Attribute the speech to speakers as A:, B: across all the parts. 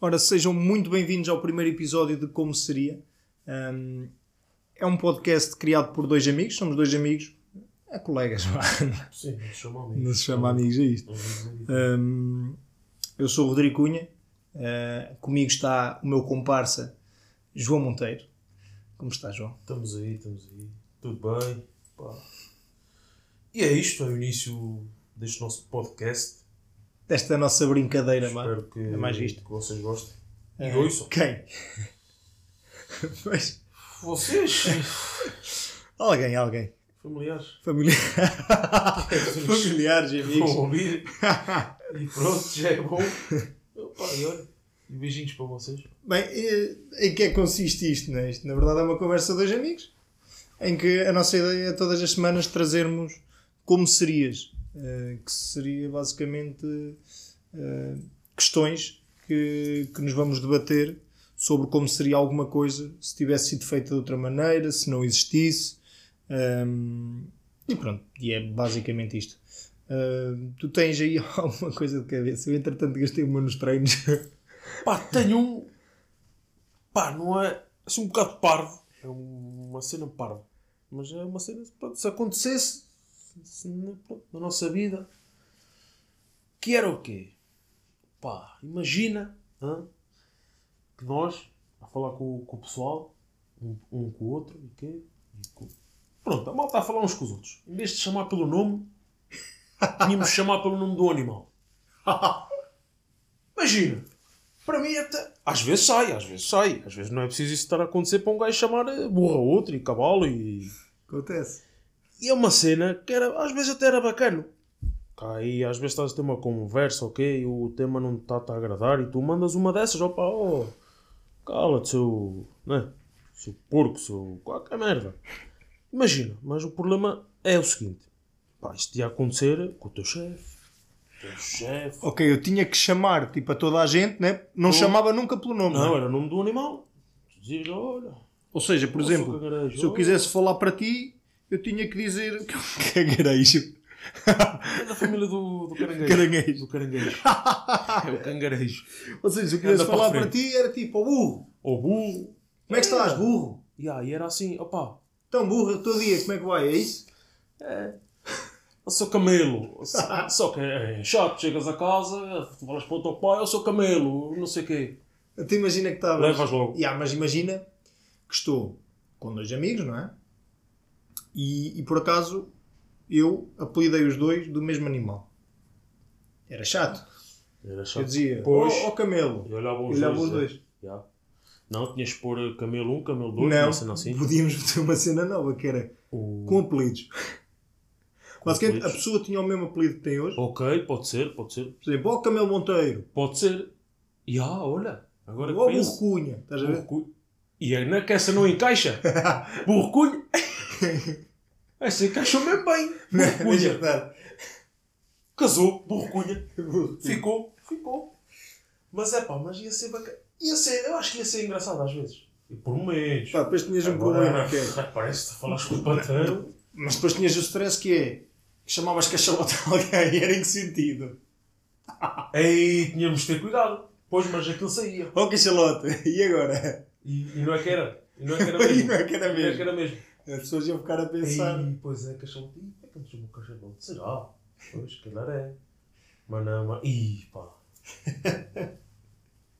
A: Ora, sejam muito bem-vindos ao primeiro episódio de Como Seria. Um, é um podcast criado por dois amigos, somos dois amigos, é colegas, vá.
B: Sim, não se chama amigos.
A: não se chama amigos a isto.
B: amigos.
A: Um, eu sou o Rodrigo Cunha, uh, comigo está o meu comparsa João Monteiro. Como está, João?
B: Estamos aí, estamos aí. Tudo bem. Pá. E é isto, é o início deste nosso podcast.
A: Desta nossa brincadeira, vá.
B: Espero que,
A: é mais isto.
B: que vocês gostem. E
A: Eh,
B: ouçam.
A: Quem? Pois,
B: Vocês,
A: alguém, alguém.
B: familiares,
A: Familiar...
B: Jesus.
A: Familiares e
B: vão
A: amigos.
B: ouvir. E pronto, já é bom. Pá, e olha, e beijinhos para vocês.
A: Bem, eh, em que é que consiste isto? Né? Isto, na verdade, é uma conversa de dois amigos em que a nossa ideia é todas as semanas trazermos como serias, eh, que seria basicamente eh, questões que, que nos vamos debater sobre como seria alguma coisa se tivesse sido feita de outra maneira, se não existisse. Ahm, e pronto, e é basicamente isto. Ahm, tu tens aí alguma coisa de cabeça? Eu, entretanto, gastei uma nos treinos.
B: Pá, tenho um. Pá, não é. Assim um bocado parvo. É uma cena parvo. Mas é uma cena. pronto, se acontecesse. se- pronto, na nossa vida. Que era o quê? Pá, imagina. hã, que nós. A falar com, com o pessoal. Um, um com o outro. E quê? E com- Pronto, a malta a falar uns com os outros. Em vez de chamar pelo nome. Tínhamos de chamar pelo nome do animal. Imagina. Para mim até... Às vezes sai, às vezes sai. Às vezes não é preciso isso estar a acontecer para um gajo chamar eh, burra a outro e cavalo e...
A: Acontece.
B: E é uma cena que era, às vezes até era bacana. Cá aí, às vezes estás a ter uma conversa, ok? E o tema não está a agradar e tu mandas uma dessas, opa, oh, cala-te, seu. né? Seu porco, seu. qualquer merda. Imagina, mas o problema é o seguinte: pá, isto ia acontecer com o teu chefe. O teu chefe.
A: Ok, eu tinha que chamar tipo a toda a gente, né? não chamava nunca pelo nome.
B: Não,
A: né?
B: era o nome do animal. Tu dizias, olha.
A: Ou seja, por
B: Eu sou
A: exemplo,
B: cagarejo.
A: se eu quisesse falar para ti, eu tinha que dizer que é um cagarejo.
B: É da família do, do caranguejo.
A: Caranguejo.
B: Do caranguejo. é o cangarejo.
A: Ou seja, se eu quisesse
B: Anda para
A: falar
B: a
A: para,
B: frente.
A: ti, era tipo, ó burro,
B: Ou burro.
A: como é que estás, burro?
B: E aí era assim, opá,
A: Tão burro, o teu dia, como é que vai? É isso?
B: eu sou camelo. Só- Só que é chato, chegas a casa, falas para o teu pai, eu sou camelo, não sei o quê.
A: Tu imagina que estavas.
B: Levas logo.
A: Ya, mas imagina que estou com dois amigos, não é? E, e por acaso eu apelidei os dois do mesmo animal. Era chato.
B: Era chato.
A: Eu dizia,
B: Pois.
A: ó ó camelo.
B: E olhavam
A: E
B: os
A: olhava os
B: dois.
A: dois.
B: é. Já. Não, tinhas de pôr camelo 1, camelo 2,
A: Não,
B: não sendo assim.
A: podíamos meter uma cena nova que era
B: O-
A: com apelidos. Basicamente, a
B: apelidos?
A: pessoa tinha o mesmo apelido que tem hoje.
B: Ok, pode ser, pode ser.
A: Por exemplo, ó Camelo Monteiro,
B: Pode ser. E ah, olha, agora que
A: ó
B: penso.
A: Burro Cunha. Estás a ver?
B: Burro-cunho. E é na que essa não encaixa. Burro-cunho. Essa encaixou mesmo bem. Burro-cunha.
A: verdade.
B: Casou. Burro-cunha. Ficou. Ficou. Mas é pá, mas ia ser bacana. Ia ser, eu acho que ia ser engraçado às vezes. E por momentos.
A: Pá, depois tinhas um
B: Agora,
A: problema que é.
B: Parece que tu falas com o patrão.
A: Mas depois tinhas o stress que é que chamavas cachalote a alguém, era em que sentido?
B: Ei, tínhamos de ter cuidado. Pois, mas aquilo saía.
A: Ó "Oh, cachalote, e agora?
B: E, e não é que era. E não é que era
A: E
B: mesmo.
A: não é que era
B: E não é que
A: mesmo.
B: era mesmo.
A: As pessoas iam ficar a pensar.
B: Ei, pois é, cachalote. Ih, é que nos chama cachalote? Será? Pois, se calhar é. Mas não, mas. Ih, pá.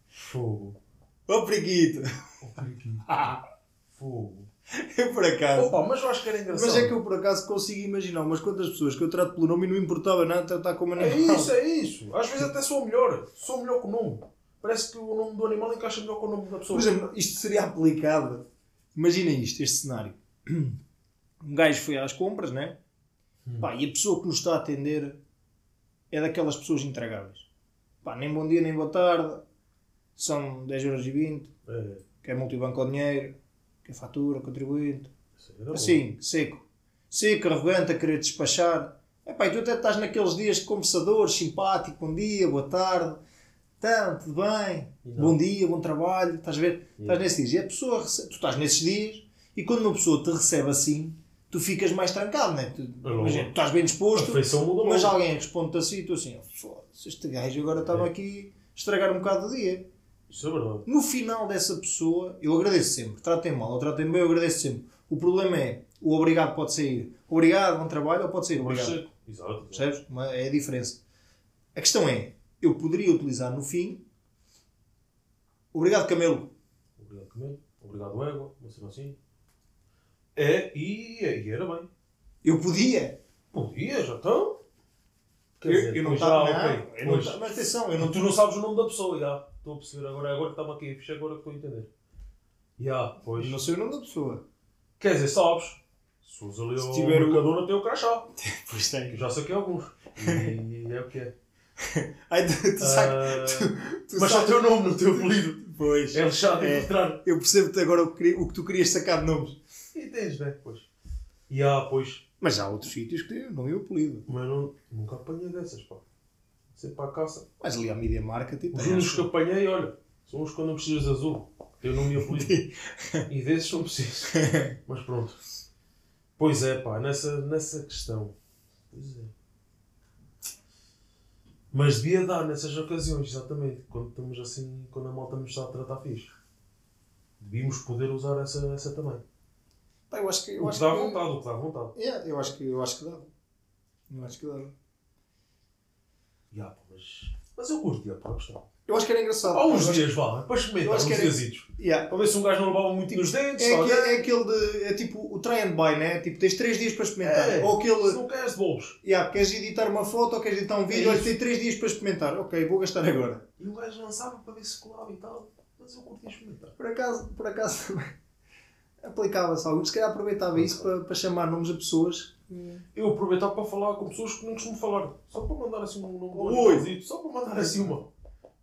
B: Fogo.
A: Ó periquito,
B: Oh, periquito. Fogo.
A: eu por acaso.
B: Opa, mas eu acho que era engraçado.
A: Mas é que eu por acaso consigo imaginar umas quantas pessoas que eu trato pelo nome e não importava nada então tratar como
B: É
A: animal.
B: isso, é isso. Às vezes até sou melhor. Sou melhor que o nome. Parece que o nome do animal encaixa melhor com o nome da pessoa.
A: Por exemplo, isto seria aplicado. Imaginem isto, este cenário. Um gajo foi às compras, né?
B: Hum.
A: Pá, e a pessoa que nos está a atender é daquelas pessoas intragáveis. Pá, nem bom dia, nem boa tarde. São 10,20€,
B: É,
A: quer multibanco ao dinheiro, quer fatura, contribuinte.
B: isso é era bom.
A: Assim, seco. Seco, arrogante, a querer despachar. Epá, e tu até estás naqueles dias de conversador, simpático, bom dia, boa tarde. Então, tudo bem?
B: E não.
A: Bom dia, bom trabalho. Estás a ver? Estás nesses dias. E a pessoa recebe... Tu estás nesses dias e quando uma pessoa te recebe assim, tu ficas mais trancado, né? Tu,
B: logo.
A: imagina, tu estás bem
B: A
A: disposto,
B: refeição muda logo. É.
A: mas alguém responde-te assim e tu assim, foda-se, este gajo agora estava aqui a estragar um bocado o dia.
B: Isso é verdade.
A: No final dessa pessoa, eu agradeço sempre. Tratem mal ou tratem bem, eu agradeço sempre. O problema é, o obrigado pode sair obrigado, bom trabalho, ou pode sair obrigado.
B: Mas, Exato. exato.
A: Percebes? Uma- É a diferença. A questão é, eu poderia utilizar no fim, obrigado camelo.
B: Obrigado, Camilo. Obrigado, Égua. Uma cena assim. É, e, e era bem.
A: Eu podia.
B: Podia, já estão. Quer
A: Eu,
B: dizer,
A: eu não
B: pois
A: estava
B: já,
A: nada.
B: ok,
A: Eu não
B: é? pois.
A: tava- Mas atenção, eu não
B: Tu não sabes o nome da pessoa, já. Estou a perceber agora, é agora que estava aqui. Fechei agora que estou a entender. Já, pois.
A: eu não sei o nome da pessoa.
B: Quer dizer, sabes. Se usa ali
A: Se
B: o
A: tiver o-
B: Mercadona, tem o crachá.
A: Pois
B: Eu
A: tem.
B: já saquei alguns. E é o que é.
A: Ai, tu, tu saca-
B: Ah,
A: tu
B: mas só
A: sacas-
B: tem o nome no teu apelido.
A: Pois.
B: É lixado
A: É.
B: de encontrar.
A: Eu percebo-te agora o que, queria- o que tu querias sacar de nomes.
B: E tens, né? Pois. E há, pois.
A: Mas há outros sítios que eu não eu apelido.
B: Mas não, nunca apanhei dessas, pá. Sempre para a caça.
A: Mas ali à mídia marketing
B: Os
A: tem,
B: únicos
A: acho.
B: que apanhei, olha, são os quando não precisas de azul. que Eu não me apelido. e desses não preciso. Mas pronto. Pois é, pá, nessa, nessa questão. Pois é. Mas devia dar nessas ocasiões, exatamente. Quando estamos assim, quando a malta nos está a tratar fixe. Devíamos poder usar essa, essa também.
A: Pá, eu acho que. Eu
B: O que
A: acho
B: dá
A: que-
B: vontade, o que dá vontade.
A: É, eu acho que eu acho que dava. Eu acho que dava.
B: Ya, pá, mas, mas eu curto, pá, gostava.
A: Eu acho que era engraçado.
B: Há uns
A: Eu acho-
B: dias, vá, para
A: Eu
B: experimentar
A: acho
B: uns
A: que era-
B: gazitos.
A: Yeah.
B: Para ver se um gajo não levava muito nos dentes.
A: É,
B: tal,
A: aque-
B: né?
A: é aquele de. É tipo o try and buy, né? Tipo, tens 3 dias para experimentar.
B: É.
A: Ou
B: Se
A: aquele.
B: não queres de bobos.
A: Yeah, queres editar uma foto ou queres editar um vídeo?
B: É
A: Olha,
B: isso.
A: tem 3 dias para experimentar. Ok, vou gastar agora.
B: E o gajo lançava para ver se colava e tal. Mas eu curti experimentar.
A: Por acaso, por acaso também. Aplicava-se algo. Se calhar aproveitava isso para, para chamar nomes a pessoas.
B: Eu aproveitava para falar com pessoas que não costumo falar. Só para mandar assim um nome
A: Oi.
B: gazito. Só para mandar assim uma.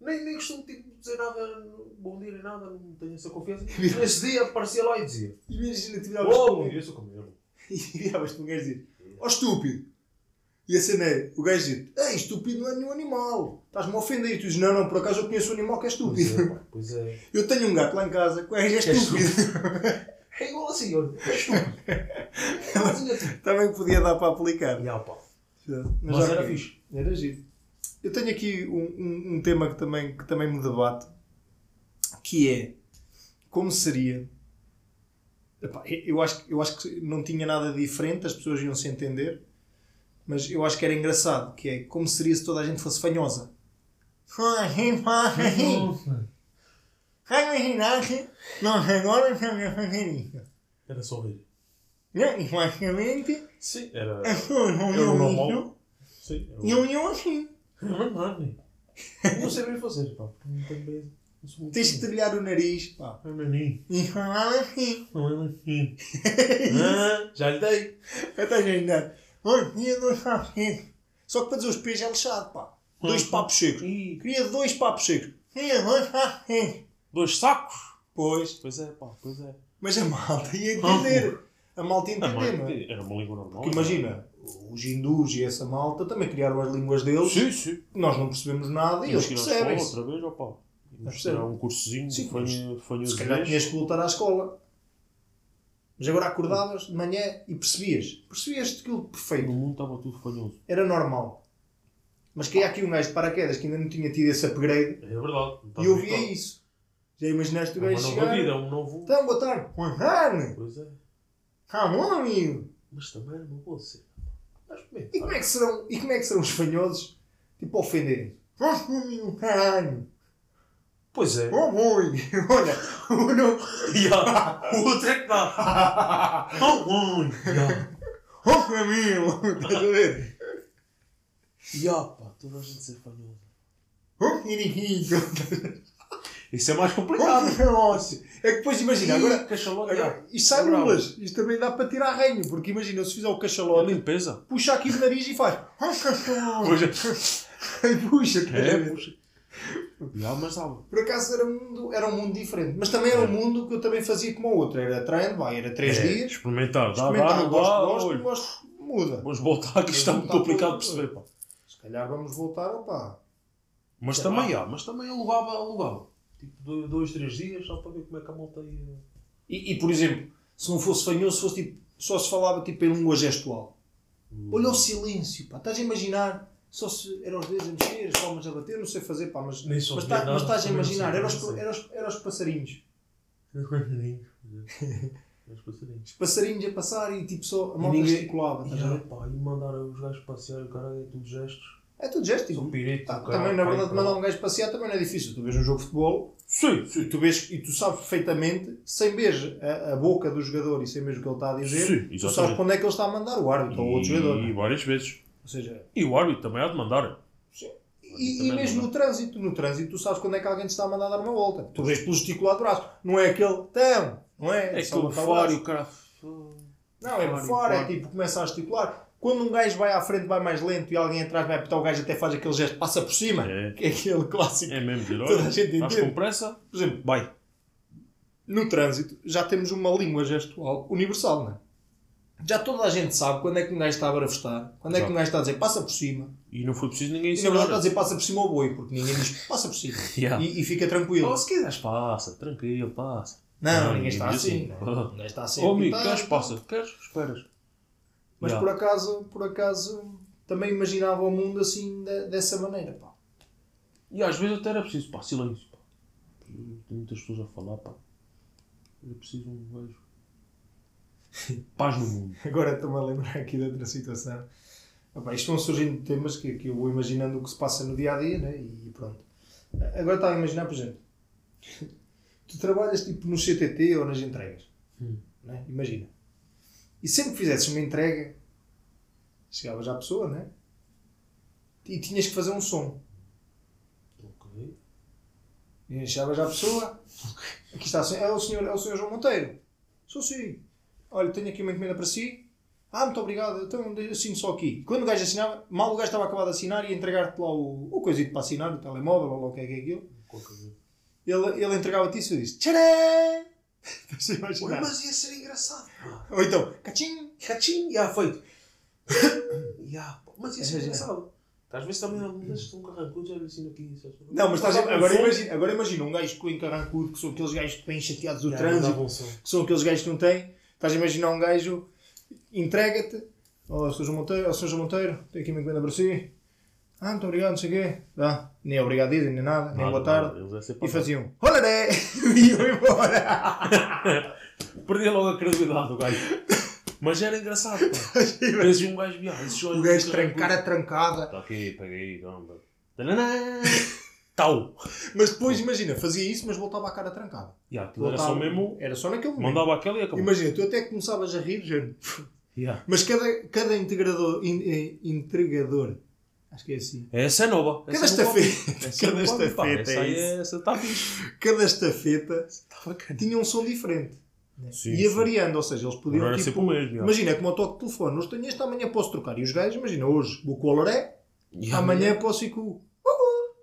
B: Nem, nem costumo tipo, dizer nada, bom dia nem nada, não tenho essa confiança. Nesse dia aparecia lá e dizia:
A: Imagina, te viravas
B: Oh, bom
A: para
B: dia, sou comigo.
A: e viravas-te para um gajo dizer: Oh estúpido! E a cena é: o gajo diz: Ei, estúpido não é nenhum animal. Estás-me a ofender. E tu dizes: Não, não, por acaso eu conheço um animal que é
B: Pois
A: estúpido.
B: é, pá, pois é.
A: Eu tenho um gato lá em casa que é estúpido.
B: É igual assim, olha. É estúpido. É igual assim, é estúpido.
A: Também podia dar para aplicar.
B: Ya, ah, pá.
A: Mas,
B: Mas
A: ok.
B: era fixe.
A: Era giro. Eu tenho aqui um, um- um tema que também, que também me debate, que é como seria. Epá, eu- eu, acho, que- eu acho que não tinha nada diferente, as pessoas iam se entender, mas eu acho que era engraçado, que é como seria se toda a gente fosse fanhosa. É Não, agora estamos a fazer isso.
B: Era só rir.
A: Não, e basicamente
B: Sim, era.
A: as pessoas vão
B: Era É o
A: ver
B: normal.
A: isto
B: Sim, era.
A: É um e eu iam assim.
B: Não, é não, não. Não sei bem fazer, pá. porque Não tenho bem. Não sou muito.
A: Tens que trilhar o nariz pá,
B: Não é menino.
A: e falar assim.
B: Não é menino. Ah, Já lhe dei.
A: Até imaginar. Bom dia, né? dois papos secos. Só que para dizer os pés é lixado, pá. Dois papos secos.
B: Ih,
A: Queria dois papos secos. Queria dois papos secos.
B: Dois sacos?
A: Pois.
B: Pois é, pá, pois é.
A: Mas a malta ia entender. A malta ia
B: Ah, mas
A: entender, não é?
B: era uma língua normal. né?
A: Porque imagina, os hindus e essa malta também criaram as línguas deles.
B: Sim, sim.
A: Nós não percebemos nada e eles
B: Tínhamos que ir à escola
A: percebem-se.
B: outra vez, ó pá. Tínhamos que
A: percebem.
B: tirar um cursozinho
A: Sim,
B: de fanho-
A: Se calhar
B: fanhosinhas.
A: tinhas que voltar à escola. Mas agora acordavas de manhã e percebias. Percebias aquilo
B: No
A: perfeito.
B: mundo estava tudo fanhoso.
A: Era normal. Mas caía aqui um gajo de paraquedas que ainda não tinha tido esse upgrade
B: É verdade.
A: e eu via isso. Já imaginaste o
B: É uma
A: gajo
B: nova
A: chegar?
B: vida, é um novo.
A: Então, boa tarde. Boa tarde.
B: Pois é.
A: Come on, amigo.
B: Mas também era uma boa cena. Mas bem.
A: E como é que serão, e como é que serão os fanhosos, tipo, a ofenderem? Oh, amigo, caralho.
B: Pois é.
A: Oh, boi. Olha, o nome...
B: Ya, O outro é que dá. Não, não. Ya.
A: Oh, amigo. Estás a ver?
B: Ya, pá, toda a gente ser fanhosa.
A: Oh, queridinho.
B: Isso é mais complicado.
A: Compre negócio. É que depois imagina, agora,
B: cachalote. ya.
A: agora isto sai
B: é Bravo.
A: nulas. Isto também dá para tirar reino, porque imagina, se fizer o
B: A
A: cachalote,
B: limpeza.
A: puxa aqui o nariz e faz.
B: Pois
A: E
B: é.
A: Ah, puxa, estás a ver?
B: É, puxa. Ya, mas dá.
A: Por acaso era um, mundo, era um mundo diferente. Mas também era um mundo que eu também fazia como o outro. Era try and buy, era 3
B: É,
A: dias.
B: Experimentar. Dá, dá,
A: Experimentar,
B: não
A: gosto,
B: dá.
A: gosto,
B: olha.
A: gosto, muda.
B: Vamos voltar, que isto está muito
A: Voltar
B: complicado de
A: para-
B: perceber, pá.
A: Se calhar vamos voltar, opá.
B: Mas
A: Sei
B: também, ya, mas também alugava, alugava. Tipo, do- dois, três dias, só para ver como é que a malta ia.
A: E, e, por exemplo, se não fosse fanhoso, se fosse tipo só se falava tipo em língua gestual. Olha o silêncio, pá, estás a imaginar? Só se eram os dedos a mexer, as palmas a bater, não sei fazer, pá, mas,
C: Nem
A: mas,
C: só
A: tá-
C: nada,
A: mas estás a
C: também não sei,
A: imaginar, eram os,
C: não sei.
A: era os- era os passarinhos.
C: Os passarinhos.
A: Os passarinhos a passar e tipo só a malta
C: ninguém-
A: gesticulava, estás a
C: Já,
A: ver?
C: pá, e mandar os gajos passear, o cara é tudo gestos.
A: É tudo gesto.
C: São pirito,
A: Tá,
C: o cara,
A: também, na
C: pá,
A: verdade,
C: e pronto.
A: mandar um gajo passear também não é difícil. Tu vês um jogo de futebol
B: Sim,
A: e tu, vês, e tu sabes perfeitamente, sem ver a, a boca do jogador e sem ver o que ele está a dizer,
B: Sim,
A: tu
B: exatamente.
A: sabes quando é que ele está a mandar o árbitro ou outro jogador.
B: E
A: não é?
B: várias vezes.
A: Ou seja,
B: E o árbitro também há de mandar.
A: e,
B: também
A: e mesmo
B: não.
A: no trânsito, no trânsito, tu sabes quando é que alguém te está a mandar dar uma volta. Tu vês pelo gesticulado braço, não é aquele tão, não é?
B: É
A: Só
B: aquele
A: levantar o
B: faro,
A: braço.
B: o cara.
A: Não, é
B: Fora,
A: por fora, é
B: fora.
A: tipo, começa a gesticular. Quando um gajo vai à frente, vai mais lento e alguém atrás vai apertar, o gajo até faz aquele gesto, passa por cima,
B: É.
A: que é aquele clássico.
B: É mesmo, dizer,
A: Toda a gente
B: olha, estás
A: entende.
B: com pressa,
A: Por exemplo,
B: vai.
A: no trânsito já temos uma língua gestual universal, não é? Já toda a gente sabe quando é que um gajo está a barafustar, quando é que um gajo está a dizer passa por cima.
B: E não foi preciso ninguém
A: E na
B: ensinar.
A: verdade está a dizer passa por cima ao boi, porque ninguém diz passa por cima.
B: é Yeah.
A: E, e fica tranquilo.
B: Oh, se quiseres, passa, tranquilo, passa.
A: Não,
B: Não,
A: ninguém está
B: ninguém diz
A: assim.
B: assim.
A: não é? Ninguém está assim.
B: Ô, amigo,
A: Tá,
B: queres,
A: tá.
B: passa, queres, esperas.
A: Mas
B: Já.
A: por acaso, por acaso, também imaginava o mundo assim de- dessa maneira, pá.
B: E às vezes até era preciso, pá, silêncio, pá. Tem muitas pessoas a falar, pá. Era preciso um beijo. Paz no mundo.
A: Agora estou-me a lembrar aqui de outra situação. Epá, isto vão surgindo temas que, que eu vou imaginando o que se passa no dia a dia, né? E pronto. Agora estava a imaginar, por exemplo, tu trabalhas tipo no CTT ou nas entregas.
B: Hum.
A: Né? Imagina. E sempre que fizesses uma entrega, chegavas à pessoa, né? E tinhas que fazer um som.
C: Ok.
A: E chegavas à pessoa, aqui está, o senhor- é o senhor, é o senhor João Monteiro. Sou sim. Olha, tenho aqui uma encomenda para si. Ah, muito obrigado. Então de- assino só aqui. Quando o gajo assinava, mal o gajo estava acabado de assinar e entregar-te lá o, o coisito para assinar, o telemóvel ou lá o que é que é aquilo.
C: Qualquer coisa.
A: Ele, ele entregava-te isso e disse: Tcharam! Estás a
C: Ué,
A: imaginar?
C: Mas ia ser engraçado, pá.
A: Ou então, cachim!
C: Cachim, já feito. Já, pá. Mas ia ser
A: É, já.
C: engraçado. Às vezes também há muitas que um carrancudo já ensino aqui. sabes?
A: Não, mas estás a-
C: Mandava um
A: agora,
C: som.
A: imagina, agora imagina um gajo com encarrancudo, que são aqueles gajos que vêm chateados do
C: Já,
A: trânsito.
C: mandava um som.
A: que são aqueles gajos que não têm. Estás a imaginar um gajo, entrega-te, ó Sr. João Monteiro, ó Sr. João Monteiro, tenho aqui uma encomenda para si. Ah, muito obrigado, não sei o quê. Dá. Nem é obrigado, dizem, nem nada, nem boa tarde.
B: Eles é sempre
A: E
B: a-
A: faziam, olé, e iam embora.
B: Perdia logo a credibilidade do gajo. Mas era engraçado, pá. Vezes um gajo viado, esses olhos
A: O
B: do
A: gajo
B: carrancudo.
A: trancar a trancada.
B: Está aqui, peguei, toma. Tananã! Tal!
A: Mas depois, imagina, fazia isso, mas voltava a cara trancada.
B: Ya, aquilo era só mesmo. um
A: Era só naquele momento.
B: Mandava aquela e acabou.
A: Imagina, tu até começavas a rir, gente.
B: Ya.
A: Mas cada, cada integrador, in- eh, entregador, acho que é assim.
B: Essa é nova.
A: Cada
B: Essa é nova.
A: estafeta,
B: Essa é
A: cada
B: nova, pá.
A: estafeta
B: Essa
A: é
B: aí
A: isso.
B: é- Essa está fixe.
A: cada estafeta
B: Está bacana.
A: tinha um som diferente. né?
B: Sim,
A: ia
B: sim.
A: variando, ou seja, eles podiam.
B: Agora era sempre um
A: tipo,
B: o mesmo. ya.
A: imagina, é como o toque de telefone. Hoje tenho este, amanhã posso trocar. E os gajos, imagina, hoje o color é,
B: Ya,
A: amanhã posso ir com o.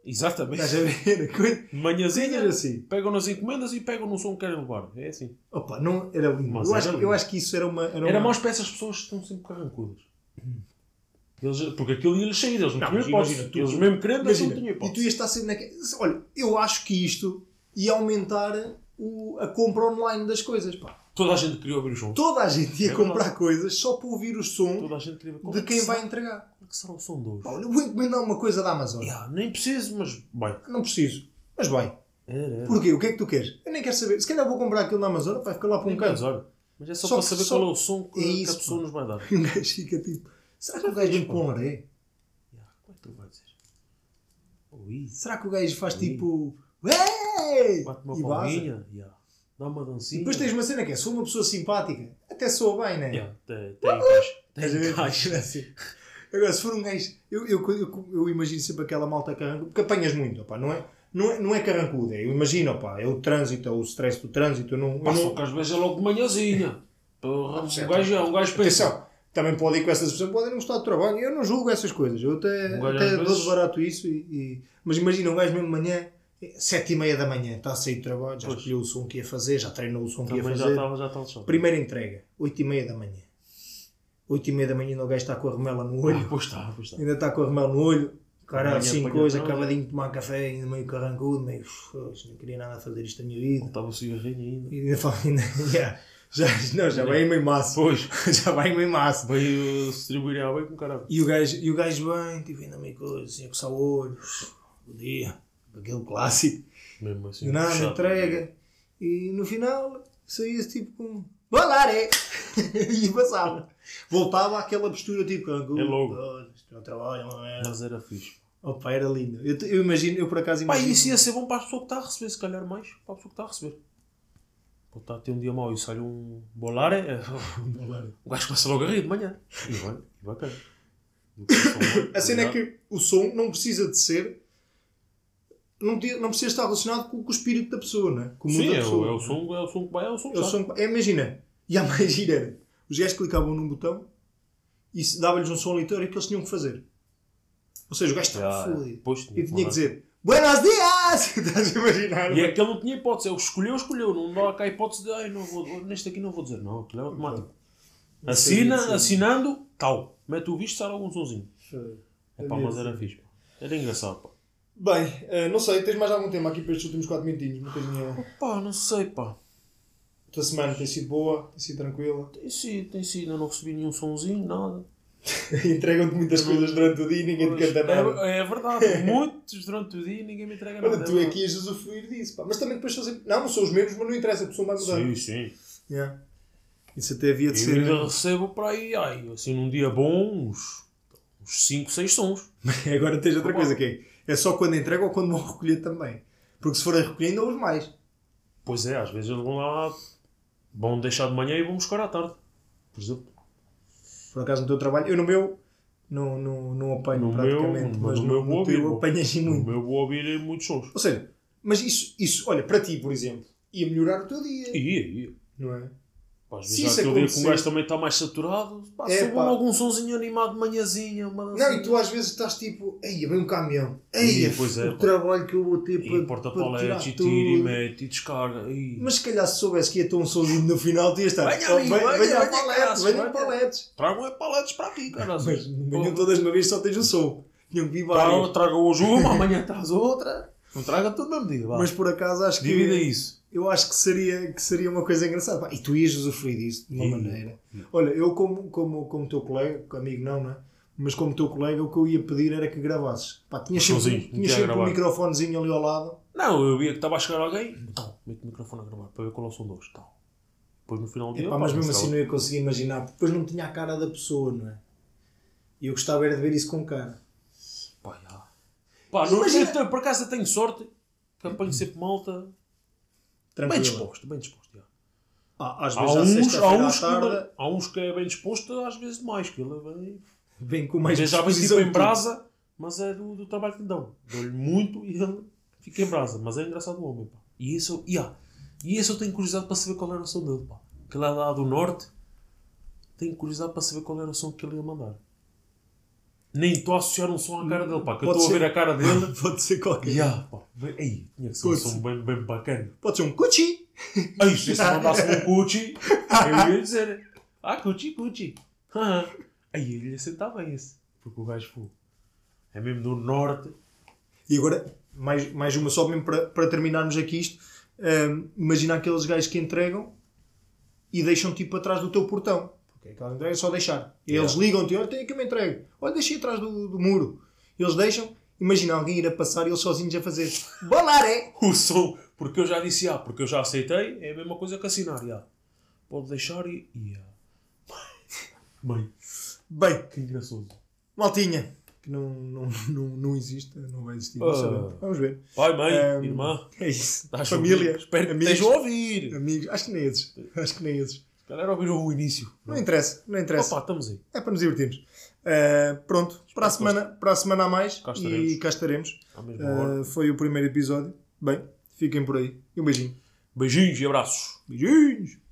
A: Estás
B: Exatamente.
A: a ver? Coisa- Coisinhas
B: Manhãzinha.
A: assim.
B: Pegam nas encomendas e pegam no som que querem levar. É assim.
A: Opa, não era lindo.
B: Mas
A: Eu,
B: era
A: acho,
B: lindo.
A: eu acho que isso era uma. Era,
B: Era
A: uma...
B: mais para essas pessoas que estão sempre carrancudas. Eles, porque aquilo ia-lhes sair, eles não,
A: Não,
B: tinham
A: mas
B: hipótese.
A: imagina, tu-
B: eles mesmo querendo, eles não
A: Imagina,
B: tinham
A: e tu
B: hipótese.
A: ias estar sempre naquele. Olha, eu acho que isto ia aumentar o- a compra online das coisas. pá.
B: Toda a gente queria ouvir o som.
A: Toda a gente ia
B: É
A: comprar
B: verdade.
A: coisas só para ouvir o som
B: Toda a gente queria ver como
A: de
B: é que
A: quem
B: será-
A: vai entregar.
B: Como é que será o som de hoje?
A: Pá, olha, vou encomendar uma coisa da Amazon.
B: Ya, nem preciso, mas bem.
A: Não preciso. Mas vai.
B: Era, era.
A: Porquê? O que é que tu queres? Eu nem quero saber. Se calhar vou comprar aquilo na Amazon, vai ficar lá por um
B: Nem quero
A: canto.
B: usar. Mas é
A: Só
B: só, para
A: que-
B: saber
A: só-
B: qual é o som que,
A: É
B: que
A: isso,
B: a pessoa
A: pá.
B: nos vai dar.
A: E um gajo fica tipo: será que o gajo vem com um laré?
B: Ya, Como é que tu vais dizer? Ui,
A: Será que o gajo faz
B: Sim.
A: tipo. Ué!
B: bate uma
A: E vaza.
B: palminha. ya. Dá uma
A: E
B: dancinha.
A: depois tens uma cena que é: sou uma pessoa simpática, até sou bem, né?
B: Ya, Tem tem encaixe. Tem
A: Estás a ver?
B: encaixe.
A: Assim. Agora, se for um gajo. Eu, eu, eu, eu imagino sempre aquela malta carrancuda, porque apanhas muito, opá, não é? Não é, não é carrancuda, eu imagino, opá, é o trânsito, é o stress do trânsito, eu não. Eu
B: Pá, só
A: não...
B: que às vezes é logo de manhãzinha. Porra, um
A: certo.
B: gajo, um gajo pensa.
A: Atenção, também pode ir com essas pessoas, podem não gostar do trabalho. Eu não julgo essas coisas. Eu até,
B: Um gajo
A: até
B: às
A: dou
B: vezes-
A: de barato isso. E, e- Mas imagina, um gajo mesmo de manhã, sete e meia da manhã, está a sair do trabalho, já
B: Pois.
A: escolheu o som que ia fazer, Então, já treinou o som que ia
B: Também já tá-
A: fazer.
B: estava, já estava só.
A: Primeira entrega, oito e meia da manhã. Oito e meia da manhã ainda o gajo está com a remela no
B: Ah,
A: olho.
B: pois está, pois está.
A: Ainda está com a remela no olho. Caralho,
B: Amanhã
A: cinco
B: apanha
A: coisas,
B: trânsito.
A: acabadinho de tomar café, ainda meio carrancudo, meio... "Foda-se, Não queria nada a fazer isto da minha vida. né?
B: Estava o cigarrinho ainda.
A: E ainda falo ainda. yeah. Já, não, já vai em meio maço.
B: Pois,
A: Já vai em meio maço.
B: veio distribuir a bem com caralho.
A: E o gajo, e o gajo bem, tipo, ainda meio coisa, assim, com só olhos. Bom dia. Aquele clássico.
B: Mesmo assim.
A: Do nada,
B: puxado.
A: entrega. E no final saía-se tipo com. Valare! e passava. Voltava àquela postura tipo.
B: É logo.
A: Não trabalho, não é?
B: Mas era fixe.
A: Opa, era lindo. Eu, te- eu imagino, eu por acaso
B: Pá,
A: imagino.
B: isso ia ser bom para a pessoa que está a receber, se calhar mais. Para a pessoa que está a receber. Pode estar a ter um dia mau e sai um bolare. é,
A: Valare.
B: O gajo começa logo a rir de manhã. E vai, e vai bem. Do que só um-
A: A cena é que o som não precisa de ser. Não, podia- não precisa estar relacionado com, com o espírito da pessoa, não é? Com o mundo
B: Sim,
A: da
B: é o,
A: pessoa.
B: é o som, é o som que vai, é o som
A: É
B: que
A: o
B: sai.
A: som que- é, imagina. E a mais gira era, Os gajos clicavam num botão e se- dava-lhes um som aleatório que eles tinham que fazer. Ou seja, o gajo estava
B: Já, é.
A: fodido.
B: Pois,
A: E tinha
B: mandar.
A: que dizer Buenos dias! Estás a imaginar?
B: E é que ele não tinha hipótese, ele escolheu, escolheu, não dá cá a hipótese de, ai, não vou, neste aqui não vou dizer, não, aquilo é automático. Assina, assinando, tal, mete o visto, sai algum sonzinho. É pá, mas era fixe, pá. Era engraçado, pá.
A: Bem, eh, não sei, tens mais algum tema aqui para estes últimos 4 minutinhos? Uma coisinha.
B: Pá, não sei, pá.
A: A tua semana tem sido boa, tem sido tranquila.
B: Tem sido, tem sido, eu não recebi nenhum sonzinho, nada.
A: Entregam-te muitas coisas durante o dia e ninguém te
B: Pois,
A: canta nada.
B: é, é verdade, muitos durante o dia e ninguém me entrega nada.
A: Olha, tu
B: é
A: aqui ias usufruir disso, pá. Mas também depois são sempre. Não, não são os mesmos, mas não interessa, porque são mais
B: verdade.
A: modernos.
B: Sim, sim.
A: Yeah. Isso até havia de
B: Eu
A: ser. é?
B: ainda recebo para aí, ai, assim, num dia bom, uns 5, 6 sons.
A: Agora tens outra coisa que é, é só quando entrega ou quando vão recolher também. Porque se forem recolher, ainda os mais.
B: Pois é, às vezes eles vão lá, vão deixar de manhã e vão buscar à tarde. Por exemplo,
A: Por acaso no teu trabalho, eu no meu não, não, não apanho
B: No
A: praticamente,
B: meu,
A: mas no, meu no
B: vou ouvir,
A: teu
B: vou.
A: apanhas e
B: no
A: muito.
B: meu vou ouvir muitos sons.
A: Ou seja, mas isso, isso, olha, para ti, por exemplo, ia melhorar o teu dia,
B: Ia, ia.
A: não é?
B: Pá, Às
A: Se
B: vezes
A: isso
B: há aquele dia que
A: acontecer-
B: o um gajo também está mais saturado, pá,
A: É,
B: é,
A: pá.
B: algum sonzinho animado de manhãzinha, uma
A: Não,
B: dancinha.
A: e tu às vezes estás tipo, ei, vem um caminhão,
B: Ih,
A: ei,
B: pois é,
A: o
B: pá.
A: trabalho que eu vou ter
B: E
A: para,
B: porta
A: para tirar
B: paletes e
A: tudo.
B: tira e mete e descarga. Ih.
A: Mas se calhar se soubesse que ia ter um sozinho no final, tu ias estar,
B: Venha
A: "Oh,
B: ali, venha,
A: venha
B: venha,
A: paletes,
B: caraças,
A: venham
B: venha."
A: paletes.
B: Tragam é paletes para aqui, cara. assim.
A: Mas não venham todas de uma vez, só tens um som. Tinham que vir vários.
B: Tragam traga hoje uma, amanhã traz outra. Não traga tudo no mesmo dia, vá.
A: Mas por acaso acho que.
B: divida isso.
A: Eu acho que seria, que seria uma coisa engraçada. Pá, E tu ias usufruir disso de uma
B: Ia.
A: maneira. Olha, eu como, como, como teu colega, amigo não, não é? Mas como teu colega, o que eu ia pedir era que gravasses. Pá, tinhas sempre,
B: Sozinho, não
A: tinhas
B: queria
A: sempre um
B: gravar.
A: microfonezinho ali ao lado.
B: Não, eu via que estava a chegar alguém. Então, mete o microfone a gravar para ver qual é o som dois. Tal. Depois no final do dia.
A: Epá,
B: pá,
A: mas mesmo
B: sei
A: assim
B: lá.
A: não ia conseguir imaginar, porque depois não tinha a cara da pessoa, não é? E eu gostava era de ver isso com cara.
B: Pá, já. Pá, não, é,
A: Imagina-
B: eu tenho- por acaso eu tenho sorte que apanho sempre malta. Bem
A: Tranquilo.
B: disposto, bem disposto. já.
A: Ah, às
B: Há
A: vezes à
B: uns, há,
A: sexta-feira à
B: uns que,
A: tarde,
B: há uns que é bem disposto, às vezes mais. Que ele é bem...
A: vem com
B: Mas
A: mais
B: já vem tipo
A: disposição
B: em
A: que tu.
B: brasa, mas é do, do trabalho que lhe dão. Dou-lhe muito e ele fica em brasa. Mas é engraçado o homem, pá. E esse, eu- e, há, e esse eu tenho curiosidade para saber qual era o som dele, pá. Que ele é lá do norte, tenho curiosidade para saber qual era o som que ele ia mandar. Nem estou a associar um som à cara dele, pá. Que eu
A: Pode
B: estou a
A: ser.
B: ver a cara dele.
A: Pode ser qualquer.
B: E há, pá. bem- Ei, tinha que ser um
A: Curto.
B: som bem, bem bacana.
A: Pode ser um cuchi.
B: Ei, se É esse mandasse um cuchi, eu ia dizer. Ah, cuchi, cuchi. Ah, Aí ele ia sentar bem esse. Porque o gajo pô, é mesmo do norte.
A: E agora, mais, mais uma só mesmo para, para terminarmos aqui isto. Hum, imagina aqueles gajos que entregam e deixam tipo atrás do teu portão. Porque aquela entrega é só deixar. E Eles ligam-te, olha, tem aqui uma entrega. Olha, deixei atrás do, do muro. Eles deixam. Imagina alguém ir a passar e eles sozinhos a fazer é?" Balaré!
B: O som, porque eu já disse ah, porque eu já aceitei, é a mesma coisa que assinar. ah. Pode deixar e. e ah. Bem,
A: Bem,
B: que engraçado.
A: maltinha, que não, não, não, não existe, não vai existir, não
B: Ah.
A: sabemos. Vamos ver.
B: Pai, mãe,
A: Hum,
B: irmã,
A: É isso.
B: estás a ouvir?
A: Família,
B: Espero que
A: amigos,
B: estejam a ouvir.
A: amigos, acho que nem esses. Acho que nem esses.
B: Se calhar ouviram o início.
A: Não interessa, não interessa.
B: Opa, estamos aí.
A: É para nos divertirmos. Uh, pronto, para a,
B: que
A: semana, para a semana a mais
B: Cá
A: e
B: estaremos.
A: cá estaremos.
B: À mesma hora.
A: Uh, foi o primeiro episódio. Bem, fiquem por aí. E um beijinho.
B: Beijinhos e abraços.
A: Beijinhos!